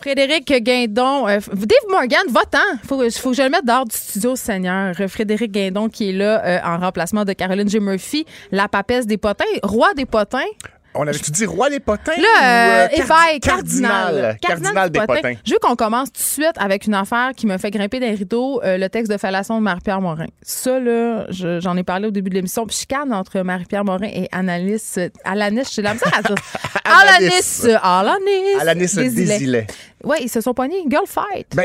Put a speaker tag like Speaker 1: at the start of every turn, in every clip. Speaker 1: Frédéric Guindon, euh, Dave Morgan, va-t'en. Faut, faut que je le mette dehors du studio, Seigneur. Euh, Frédéric Guindon qui est là euh, en remplacement de Caroline J. Murphy, la papesse des potins, roi des potins.
Speaker 2: On avait-tu dit roi des potins?
Speaker 1: Là, euh,
Speaker 2: ou, euh,
Speaker 1: évêque,
Speaker 2: cardinal.
Speaker 1: cardinal.
Speaker 2: Cardinal des potins.
Speaker 1: Je veux qu'on commence tout de suite avec une affaire qui me fait grimper des rideaux, euh, le texte de fallation de Marie-Pierre Morin. Ça, là, je- j'en ai parlé au début de l'émission. Puis Chicane entre Marie-Pierre Morin et Annalise. euh, Alanis, j'ai la misère à dire. Alanis.
Speaker 2: Alanis.
Speaker 1: euh, Alanis.
Speaker 2: Alanis Désilet.
Speaker 1: Oui, ils se sont pognés. Girl fight.
Speaker 2: Ben,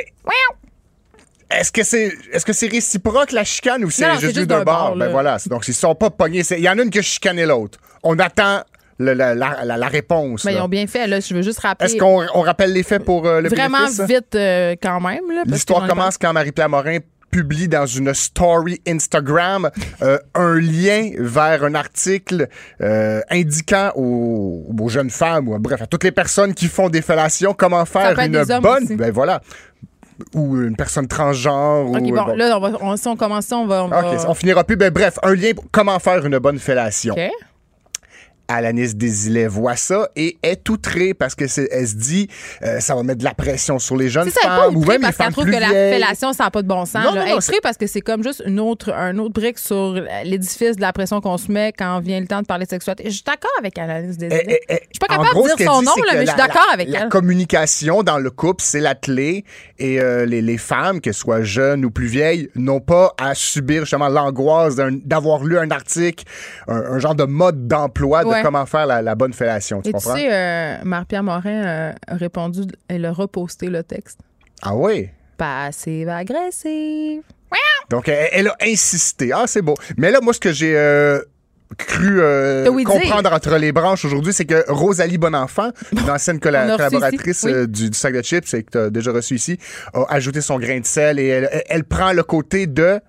Speaker 2: est-ce que c'est est-ce que c'est réciproque la chicane ou c'est
Speaker 1: Non, non,
Speaker 2: juste,
Speaker 1: c'est
Speaker 2: vu
Speaker 1: juste
Speaker 2: d'un
Speaker 1: d'un
Speaker 2: bord?
Speaker 1: bord, là.
Speaker 2: Ben voilà, c'est- donc ils sont pas pognés. C'est- Il y en a une qui a chicané l'autre. On attend le- la, la- la- la réponse.
Speaker 1: Ben,
Speaker 2: là.
Speaker 1: ils ont bien fait. Là, je veux juste
Speaker 2: Est-ce
Speaker 1: rappeler.
Speaker 2: qu'on on rappelle les faits pour euh, le
Speaker 1: Vraiment
Speaker 2: bénéfice?
Speaker 1: vite euh, quand même. là, parce que j'en
Speaker 2: L'histoire
Speaker 1: ai parlé.
Speaker 2: commence quand Marie-Pierre Morin publie dans une story Instagram euh, un lien vers un article euh, indiquant aux, aux jeunes femmes ou bref à toutes les personnes qui font des fellations comment faire
Speaker 1: peut être
Speaker 2: une
Speaker 1: des hommes
Speaker 2: bonne
Speaker 1: aussi.
Speaker 2: ben voilà ou une personne transgenre
Speaker 1: OK,
Speaker 2: ou
Speaker 1: bon,
Speaker 2: bon.
Speaker 1: là, on va- on- si on commence ça, on va. On
Speaker 2: OK,
Speaker 1: va-
Speaker 2: on finira plus. Ben, bref, un lien pour comment faire une bonne fellation.
Speaker 1: OK.
Speaker 2: Alanis Desilets voit ça et est outrée parce que c'est- elle se dit euh, ça va mettre de la pression sur les jeunes
Speaker 1: C'est ça, elle est pas
Speaker 2: femmes ou
Speaker 1: outrée
Speaker 2: même les
Speaker 1: parce qu'elle
Speaker 2: femmes
Speaker 1: trouve
Speaker 2: plus
Speaker 1: que la
Speaker 2: vieilles.
Speaker 1: fellation, ça n'a pas de bon sens.
Speaker 2: Non,
Speaker 1: là.
Speaker 2: non,
Speaker 1: Elle est
Speaker 2: non,
Speaker 1: outrée parce que c'est comme juste une autre, un autre brique sur l'édifice de la pression qu'on se met quand vient le temps de parler de sexualité. Je suis d'accord avec Alanis Désilets.
Speaker 2: Eh, eh, eh,
Speaker 1: Je suis pas
Speaker 2: en
Speaker 1: capable
Speaker 2: gros,
Speaker 1: de dire
Speaker 2: ce qu'elle
Speaker 1: son
Speaker 2: dit,
Speaker 1: nom,
Speaker 2: c'est
Speaker 1: là,
Speaker 2: que
Speaker 1: mais je
Speaker 2: la-
Speaker 1: suis d'accord
Speaker 2: la-
Speaker 1: avec
Speaker 2: La
Speaker 1: elle.
Speaker 2: communication dans le couple, c'est la clé. Et euh, les, les femmes, qu'elles soient jeunes ou plus vieilles, n'ont pas à subir justement l'angoisse d'un- d'avoir lu un article, un, un genre de mode d'emploi
Speaker 1: Ouais.
Speaker 2: de comment faire la, la bonne fellation. Tu
Speaker 1: Et tu
Speaker 2: comprends?
Speaker 1: sais, euh, Marie-Pierre Morin euh, a répondu, elle a reposté le texte.
Speaker 2: Ah oui?
Speaker 1: Passive agressive.
Speaker 2: Donc, elle, elle a insisté. Ah, c'est beau. Mais là, moi, ce que j'ai euh, cru euh,
Speaker 1: T'as oui
Speaker 2: comprendre entre les branches aujourd'hui, c'est que Rosalie Bonenfant, une ancienne colla-
Speaker 1: On a reçu
Speaker 2: collaboratrice
Speaker 1: ici, oui.
Speaker 2: euh, du, du sac de chips et que tu as déjà reçu ici, a ajouté son grain de sel et elle, elle- elle prend le côté de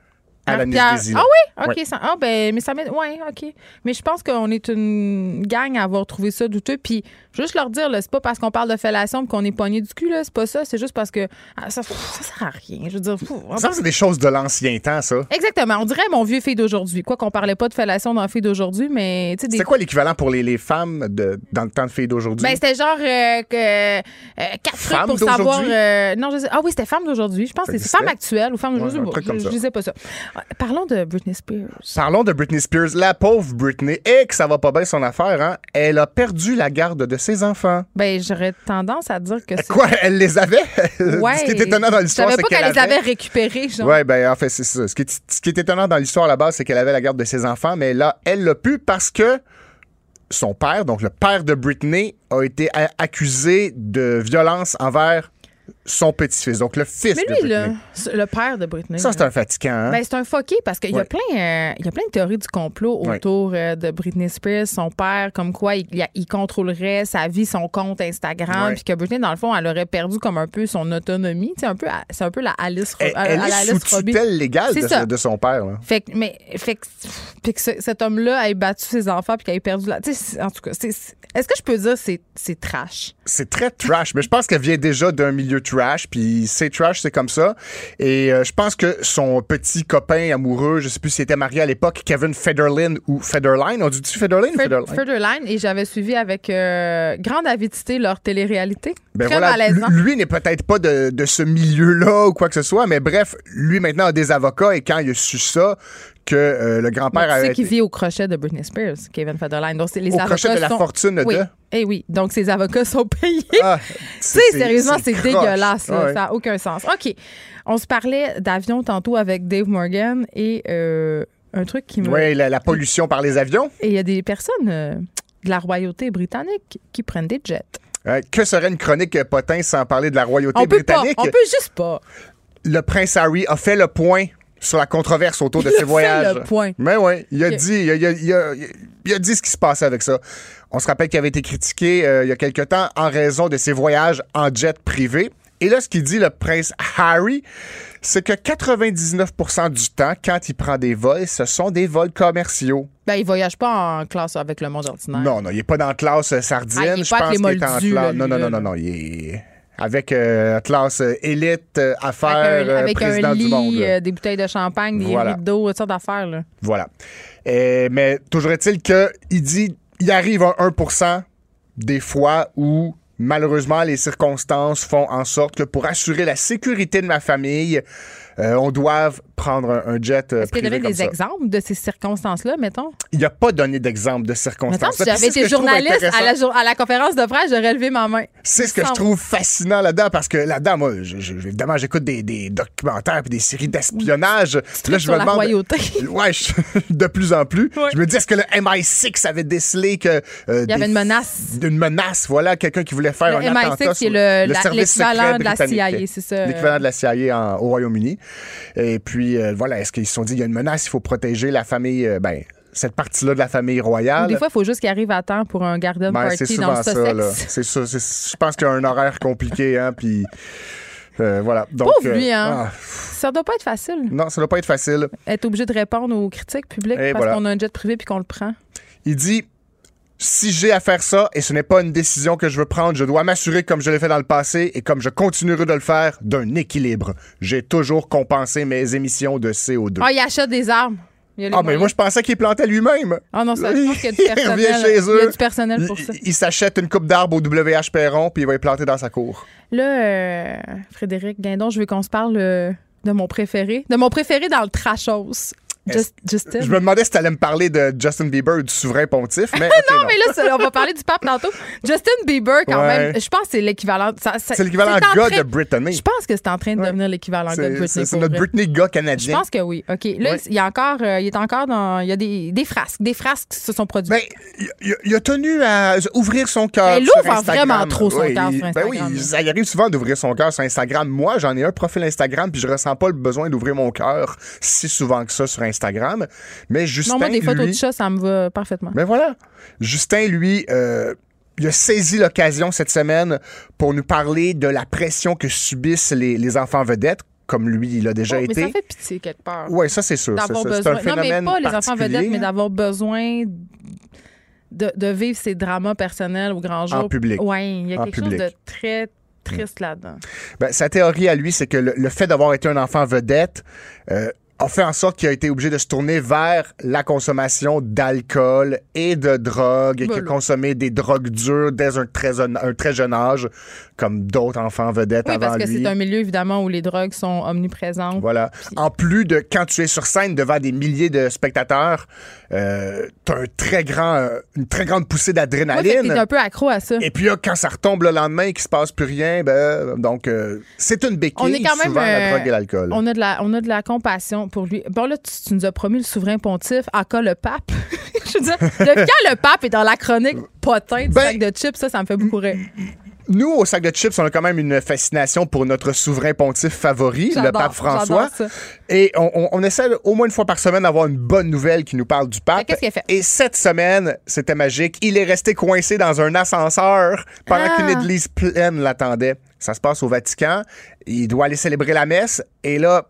Speaker 2: Alanis
Speaker 1: Marie-Pierre-
Speaker 2: Désilets.
Speaker 1: Ah oui? OK.
Speaker 2: Ouais.
Speaker 1: ça- ah ben, mais ça m'aide. Oui, OK. Mais je pense qu'on est une gang à avoir trouvé ça douteux. Puis, juste leur dire, là, c'est pas parce qu'on parle de fellation puis qu'on est pogné du cul, là. C'est pas ça. C'est juste parce que ah, ça, pff, ça sert à rien. Je veux dire, pff, on-
Speaker 2: Il me semble que c'est des choses de l'ancien temps, ça.
Speaker 1: Exactement. On dirait mon vieux fille d'aujourd'hui. Quoi qu'on parlait pas de fellation dans fille d'aujourd'hui, mais tu sais, des.
Speaker 2: C'était quoi l'équivalent pour les, les femmes de, dans le temps de filles d'aujourd'hui?
Speaker 1: Ben, c'était genre euh, que, euh, quatre trucs
Speaker 2: Femme
Speaker 1: pour savoir.
Speaker 2: d'aujourd'hui?
Speaker 1: euh, non, je sais- Ah oui, c'était femme d'aujourd'hui. Je pense
Speaker 2: Ça
Speaker 1: que c'est
Speaker 2: existait?
Speaker 1: femme actuelle ou femme d'aujourd'hui.
Speaker 2: un
Speaker 1: Bon,
Speaker 2: truc
Speaker 1: je,
Speaker 2: comme
Speaker 1: je
Speaker 2: ça.
Speaker 1: disais pas ça. Euh, Parlons de Britney Spears.
Speaker 2: Parlons de Britney Spears, la pauvre Britney. Et que ça va pas bien son affaire, hein? Elle a perdu la garde de ses enfants.
Speaker 1: Ben, j'aurais tendance à dire que c'est.
Speaker 2: Quoi, elle les avait?
Speaker 1: Ouais.
Speaker 2: Ce qui est étonnant dans l'histoire,
Speaker 1: Je savais
Speaker 2: c'est
Speaker 1: pas
Speaker 2: qu'elle
Speaker 1: qu'elle les
Speaker 2: avait-
Speaker 1: avait récupérés, genre.
Speaker 2: Ouais, ben en fait, c'est ça. Ce qui, est, ce qui est étonnant dans l'histoire à la base, c'est qu'elle avait la garde de ses enfants, mais là, elle l'a pu parce que son père, donc le père de Britney, a été a- accusé de violence envers son petit-fils, donc le
Speaker 1: Mais
Speaker 2: fils de
Speaker 1: lui,
Speaker 2: Britney.
Speaker 1: là, c'est le père de Britney.
Speaker 2: Ça,
Speaker 1: là.
Speaker 2: c'est un fatigant. hein?
Speaker 1: Ben, c'est un fucké parce qu'il y, a
Speaker 2: Ouais.
Speaker 1: plein, euh, il y a plein de théories du complot
Speaker 2: Ouais.
Speaker 1: autour euh, de Britney Spears, son père, comme quoi il, il- il contrôlerait sa vie, son compte Instagram,
Speaker 2: Ouais.
Speaker 1: puis que Britney, dans le fond, elle aurait perdu comme un peu son autonomie. Tu sais, un peu, à- C'est un peu la Alice, Ro-
Speaker 2: elle,
Speaker 1: à-
Speaker 2: elle
Speaker 1: à la
Speaker 2: est
Speaker 1: Alice
Speaker 2: sous
Speaker 1: Robbie.
Speaker 2: tutelle légale
Speaker 1: C'est
Speaker 2: de,
Speaker 1: ça.
Speaker 2: de son père. là.
Speaker 1: Fait que, mais, fait que, puis que ce- cet homme-là ait battu ses enfants puis qu'il ait perdu la. Tu sais, c'est- en tout cas, c'est- c'est- est-ce que je peux dire que c'est- c'est trash?
Speaker 2: C'est très trash, mais je pense qu'elle vient déjà d'un milieu trash, puis c'est trash, c'est comme ça. Et euh, je pense que son petit copain amoureux, je sais plus s'il était marié à l'époque, Kevin Federline ou Federline, on dit-tu Federline ou
Speaker 1: Fred-
Speaker 2: Federline?
Speaker 1: Federline et j'avais suivi avec euh, grande avidité leur télé-réalité.
Speaker 2: Ben
Speaker 1: Très
Speaker 2: voilà,
Speaker 1: malaisant.
Speaker 2: lui lui n'est peut-être pas de, de ce milieu-là ou quoi que ce soit, mais bref, lui maintenant a des avocats et quand il a su ça, que euh, le
Speaker 1: Mais
Speaker 2: grand-père
Speaker 1: tu
Speaker 2: avait
Speaker 1: sais
Speaker 2: été
Speaker 1: qu'il vit au crochet de Britney Spears, Kevin Federline. Donc, c'est- les
Speaker 2: au
Speaker 1: avocats
Speaker 2: crochet de la
Speaker 1: sont-
Speaker 2: fortune
Speaker 1: Oui.
Speaker 2: de...
Speaker 1: Eh oui. Donc, ces avocats sont payés.
Speaker 2: Ah,
Speaker 1: Tu sais, sérieusement, c'est
Speaker 2: croche.
Speaker 1: dégueulasse. là.
Speaker 2: Ah ouais.
Speaker 1: Ça n'a aucun sens. OK. On se parlait d'avion tantôt avec Dave Morgan et euh, un truc qui me.
Speaker 2: Ouais, la, la pollution par les avions.
Speaker 1: Et il y a des personnes euh, de la royauté britannique qui prennent des jets.
Speaker 2: Euh, que serait une chronique euh, potin sans parler de la royauté
Speaker 1: On peut pas.
Speaker 2: britannique?
Speaker 1: On peut juste pas.
Speaker 2: Le prince Harry a fait le point sur la controverse autour
Speaker 1: Il
Speaker 2: de
Speaker 1: a
Speaker 2: ses
Speaker 1: fait
Speaker 2: voyages.
Speaker 1: le point.
Speaker 2: Mais oui, il a
Speaker 1: Ok.
Speaker 2: dit, il a, il a- il a- il a dit ce qui se passait avec ça. On se rappelle qu'il avait été critiqué euh, il y a quelque temps en raison de ses voyages en jet privé. Et là, ce qu'il dit le prince Harry, c'est que 99% du temps, quand il prend des vols, ce sont des vols commerciaux.
Speaker 1: Ben, il voyage pas en classe avec le monde ordinaire.
Speaker 2: Non, non, il n'est pas dans la classe euh, sardine.
Speaker 1: Ah, il est
Speaker 2: je
Speaker 1: pas
Speaker 2: pense
Speaker 1: avec
Speaker 2: qu'il
Speaker 1: les
Speaker 2: est en
Speaker 1: moldus, là,
Speaker 2: classe. Non,
Speaker 1: lui,
Speaker 2: non,
Speaker 1: là.
Speaker 2: non, non, non. Il est avec euh, classe euh, élite, euh, affaires,
Speaker 1: Avec un,
Speaker 2: euh,
Speaker 1: avec un
Speaker 2: président
Speaker 1: lit,
Speaker 2: du monde. là.
Speaker 1: euh, des bouteilles de champagne, des
Speaker 2: Voilà.
Speaker 1: rideaux, toutes sortes d'affaires. là.
Speaker 2: Voilà. Euh, mais toujours est-il qu'il dit il arrive à 1 des fois où, malheureusement, les circonstances font en sorte que pour assurer la sécurité de ma famille, euh, on doive prendre un, un jet euh,
Speaker 1: Est-ce qu'il
Speaker 2: privé
Speaker 1: donné
Speaker 2: comme
Speaker 1: des
Speaker 2: ça.
Speaker 1: exemples de ces circonstances-là, mettons?
Speaker 2: Il n'a pas donné d'exemple de
Speaker 1: Mettons,
Speaker 2: circonstances.
Speaker 1: si j'avais été journaliste à la, jour- à la conférence de presse, j'aurais levé ma main.
Speaker 2: C'est ce que je
Speaker 1: Sans-
Speaker 2: trouve fascinant là-dedans, parce que là-dedans, moi, je- je- évidemment, j'écoute des, des documentaires et des séries d'espionnage. Là, je
Speaker 1: sur
Speaker 2: me
Speaker 1: la
Speaker 2: demande.
Speaker 1: royauté.
Speaker 2: Ouais, je- de plus en plus.
Speaker 1: Ouais.
Speaker 2: Je me dis, est-ce que le MI6 avait décelé que. euh,
Speaker 1: Il y avait
Speaker 2: des-
Speaker 1: une menace.
Speaker 2: D'une menace, voilà, quelqu'un qui voulait faire
Speaker 1: Le
Speaker 2: un
Speaker 1: MI6
Speaker 2: attentat.
Speaker 1: qui est
Speaker 2: sur
Speaker 1: le- la-
Speaker 2: service secret
Speaker 1: l'équivalent de la
Speaker 2: britannique.
Speaker 1: CIA, c'est ça.
Speaker 2: L'équivalent de la CIA en- au Royaume-Uni. Et puis, euh, voilà, est-ce qu'ils se sont dit, il y a une menace, il faut protéger la famille, euh, ben, cette partie-là de la famille royale.
Speaker 1: Des fois, il faut juste qu'il arrive à temps pour un garden
Speaker 2: Ben, c'est
Speaker 1: party
Speaker 2: souvent
Speaker 1: dans le
Speaker 2: ça,
Speaker 1: Sussex.
Speaker 2: là. C'est ça. c'est- Je pense qu'il y a un horaire compliqué, hein, puis... euh, voilà. Donc,
Speaker 1: Pauvre
Speaker 2: euh,
Speaker 1: lui, hein.
Speaker 2: ah,
Speaker 1: Ça doit pas être facile.
Speaker 2: non, ça doit pas être facile.
Speaker 1: Être obligé de répondre aux critiques publiques
Speaker 2: Et
Speaker 1: parce
Speaker 2: voilà.
Speaker 1: qu'on a un jet privé puis qu'on le prend.
Speaker 2: Il dit si j'ai à faire ça et ce n'est pas une décision que je veux prendre, je dois m'assurer, comme je l'ai fait dans le passé et comme je continuerai de le faire, d'un équilibre. J'ai toujours compensé mes émissions de CO2.
Speaker 1: Ah, il achète des armes. Il y a les
Speaker 2: Ah, mais
Speaker 1: moyens.
Speaker 2: moi, je pensais qu'il plantait lui-même.
Speaker 1: Ah non, ça, je pense qu'il y a du
Speaker 2: Il
Speaker 1: personnel.
Speaker 2: revient chez eux.
Speaker 1: Il y a du personnel pour
Speaker 2: Il-
Speaker 1: ça.
Speaker 2: Il, s'achète une coupe d'arbre au WH Perron, puis il va y planter dans sa cour.
Speaker 1: Là, euh, Frédéric Guindon, je veux qu'on se parle euh, de mon préféré. De mon préféré dans le trashos. Just, Justin.
Speaker 2: Je me demandais si tu allais me parler de Justin Bieber, du souverain pontife, mais. ok, non.
Speaker 1: Non, mais là, ça, on va parler du pape tantôt. Justin Bieber, quand
Speaker 2: Ouais.
Speaker 1: même, je pense que c'est l'équivalent. ça- ça-
Speaker 2: C'est l'équivalent
Speaker 1: en
Speaker 2: gars
Speaker 1: train-
Speaker 2: de Brittany.
Speaker 1: Je pense que c'est en train de devenir l'équivalent gars de
Speaker 2: C'est
Speaker 1: Britney.
Speaker 2: c'est
Speaker 1: pour
Speaker 2: notre
Speaker 1: vrai.
Speaker 2: Britney gars
Speaker 1: Je
Speaker 2: canadien.
Speaker 1: pense que oui. OK. Là,
Speaker 2: Ouais.
Speaker 1: il, y a encore, euh, il est encore dans. Il y a des, des frasques. Des frasques qui se sont produites.
Speaker 2: Ben, il- il, il a tenu à ouvrir son cœur.
Speaker 1: Elle
Speaker 2: sur
Speaker 1: ouvre
Speaker 2: Instagram.
Speaker 1: vraiment trop son
Speaker 2: Oui,
Speaker 1: cœur sur
Speaker 2: il- Ben oui,
Speaker 1: Instagram.
Speaker 2: ça y arrive souvent d'ouvrir son cœur sur Instagram. Moi, j'en ai un profil Instagram, puis je ressens pas le besoin d'ouvrir mon cœur si souvent que ça sur Instagram. Mais Justin,
Speaker 1: non, moi, des photos de
Speaker 2: lui, Ben,
Speaker 1: chat, ça me va parfaitement.
Speaker 2: Mais voilà. Justin, lui, euh, il a saisi l'occasion cette semaine pour nous parler de la pression que subissent les, les enfants vedettes, comme lui, il a déjà
Speaker 1: Oh, mais
Speaker 2: été.
Speaker 1: ça fait pitié quelque part.
Speaker 2: Oui, Ah. ça, c'est sûr. Ça,
Speaker 1: D'avoir
Speaker 2: ça, C'est
Speaker 1: besoin.
Speaker 2: un
Speaker 1: Non, mais
Speaker 2: phénomène
Speaker 1: pas les enfants
Speaker 2: particulier, hein.
Speaker 1: vedettes, mais d'avoir besoin de, de vivre ces dramas personnels au grand jour.
Speaker 2: En public.
Speaker 1: Oui, il y a
Speaker 2: En
Speaker 1: quelque
Speaker 2: public.
Speaker 1: chose de très triste là-dedans.
Speaker 2: Ben, sa théorie à lui, c'est que le, le fait d'avoir été un enfant vedette euh, a fait en sorte qu'il a été obligé de se tourner vers la consommation d'alcool et de drogue, et qu'il a
Speaker 1: Voilà.
Speaker 2: consommé des drogues dures dès un très, jeune- un très jeune âge, comme d'autres enfants vedettes
Speaker 1: Oui,
Speaker 2: avant
Speaker 1: parce que
Speaker 2: lui.
Speaker 1: c'est un milieu, évidemment, où les drogues sont omniprésentes.
Speaker 2: Voilà. En plus de quand tu es sur scène devant des milliers de spectateurs, euh, t'as un très grand, euh, une très grande poussée
Speaker 1: Moi, fait que
Speaker 2: d'adrénaline.
Speaker 1: t'es un peu accro à ça.
Speaker 2: Et puis là, quand ça retombe le lendemain et qu'il se passe plus rien, ben, donc euh, c'est une béquille
Speaker 1: On est quand même.
Speaker 2: souvent la
Speaker 1: euh,
Speaker 2: drogue et l'alcool.
Speaker 1: On a, de la, on a de la compassion pour lui. Bon, là, tu, tu nous as promis le souverain pontife, à cas le pape. Je veux dire, depuis quand le pape est dans la chronique potin du
Speaker 2: Ben-
Speaker 1: sac de chips, ça, ça me fait beaucoup rire.
Speaker 2: Nous, au sac de chips, on a quand même une fascination pour notre souverain pontife favori, le
Speaker 1: J'adore,
Speaker 2: pape François.
Speaker 1: j'adore ça.
Speaker 2: Et on, on- on essaie au moins une fois par semaine d'avoir une bonne nouvelle qui nous parle du pape.
Speaker 1: Mais qu'est-ce qu'il a fait?
Speaker 2: Et cette semaine, c'était magique. Il est resté coincé dans un ascenseur pendant
Speaker 1: Ah.
Speaker 2: qu'une église pleine l'attendait. Ça se passe au Vatican. Il doit aller célébrer la messe. Et là,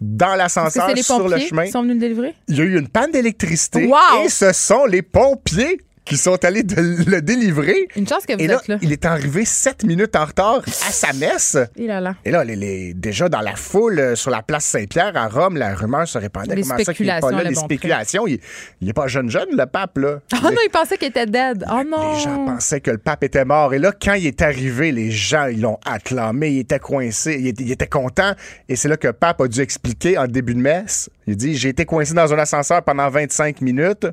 Speaker 2: dans
Speaker 1: Est-ce que
Speaker 2: l'ascenseur,
Speaker 1: c'est les
Speaker 2: sur le
Speaker 1: pompiers
Speaker 2: chemin,
Speaker 1: qui sont venus le délivrer?
Speaker 2: il y a eu une panne d'électricité.
Speaker 1: Wow!
Speaker 2: Et ce sont les pompiers qui sont allés de- le délivrer.
Speaker 1: Une chance que vous
Speaker 2: Et là,
Speaker 1: êtes là.
Speaker 2: il est arrivé sept minutes en retard à sa messe.
Speaker 1: Il a là.
Speaker 2: Et là, les, les- déjà dans la foule euh, sur la place Saint-Pierre à Rome, la rumeur se répandait.
Speaker 1: Les
Speaker 2: Comment ça qu'il est pas
Speaker 1: spéculations,
Speaker 2: là?
Speaker 1: le
Speaker 2: Les
Speaker 1: bon
Speaker 2: spéculations. Il, il est pas jeune jeune, le pape, là.
Speaker 1: Oh non, il pensait qu'il était dead. Oh non.
Speaker 2: Les gens pensaient que le pape était mort. Et là, quand il est arrivé, les gens, ils l'ont acclamé. Il était coincé. Il était, il était content. Et c'est là que le pape a dû expliquer en début de messe. Il dit, j'ai été coincé dans un ascenseur pendant 25 minutes.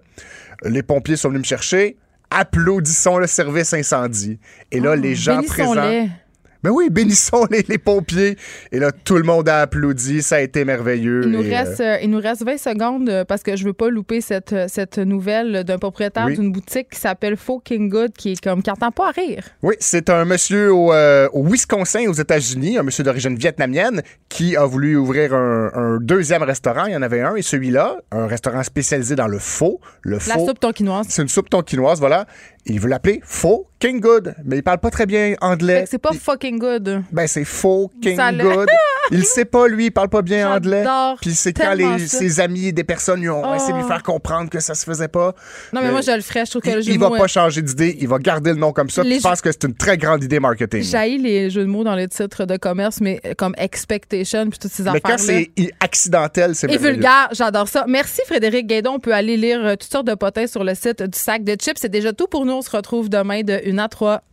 Speaker 2: Les pompiers sont venus me chercher. Applaudissons le service incendie. Et là, les gens
Speaker 1: Oh, Bénissons-les.
Speaker 2: présents Mais oui, bénissons les, les pompiers. Et là, tout le monde a applaudi. Ça a été merveilleux.
Speaker 1: Il nous,
Speaker 2: Et,
Speaker 1: reste,
Speaker 2: euh,
Speaker 1: euh, il nous reste 20 secondes euh, parce que je veux pas louper cette, euh, cette nouvelle d'un propriétaire
Speaker 2: Oui.
Speaker 1: d'une boutique qui s'appelle Fucking Good qui est comme qui entend pas à rire.
Speaker 2: oui, c'est un monsieur au, euh, au Wisconsin, aux États-Unis, un monsieur d'origine vietnamienne, qui a voulu ouvrir un, un deuxième restaurant. Il y en avait un. Et celui-là, un restaurant spécialisé dans le faux. Le
Speaker 1: La
Speaker 2: faux.
Speaker 1: soupe tonkinoise.
Speaker 2: C'est une soupe tonkinoise, voilà. Il veut l'appeler Faux King Good, mais il parle pas très bien
Speaker 1: Fait
Speaker 2: anglais.
Speaker 1: que C'est pas
Speaker 2: Il-
Speaker 1: fucking good.
Speaker 2: Ben, c'est faux, King
Speaker 1: Ça le-
Speaker 2: Good. Il sait pas, lui, il parle pas bien anglais.
Speaker 1: J'adore
Speaker 2: Puis c'est quand
Speaker 1: tellement
Speaker 2: les-
Speaker 1: ça.
Speaker 2: ses amis et des personnes lui ont
Speaker 1: Oh.
Speaker 2: essayé de lui faire comprendre que ça se faisait pas.
Speaker 1: Non, mais
Speaker 2: Euh,
Speaker 1: moi, je le ferais. Je trouve que le
Speaker 2: il,
Speaker 1: jeu
Speaker 2: il
Speaker 1: de
Speaker 2: va
Speaker 1: mots. euh,
Speaker 2: pas changer d'idée, il va garder le nom comme ça.
Speaker 1: Les
Speaker 2: puis Je
Speaker 1: jeux-
Speaker 2: pense que c'est une très grande idée marketing.
Speaker 1: J'haïs les jeux de mots dans les titres de commerce, mais euh, comme expectation puis toutes ces
Speaker 2: Mais
Speaker 1: affaires-là.
Speaker 2: quand c'est i- accidentel, c'est
Speaker 1: Et
Speaker 2: merveilleux.
Speaker 1: vulgaire, j'adore ça. Merci Frédéric Guédon. On peut aller lire euh, toutes sortes de potins sur le site du sac de chips. C'est déjà tout pour nous. On se retrouve demain de 1 à 3.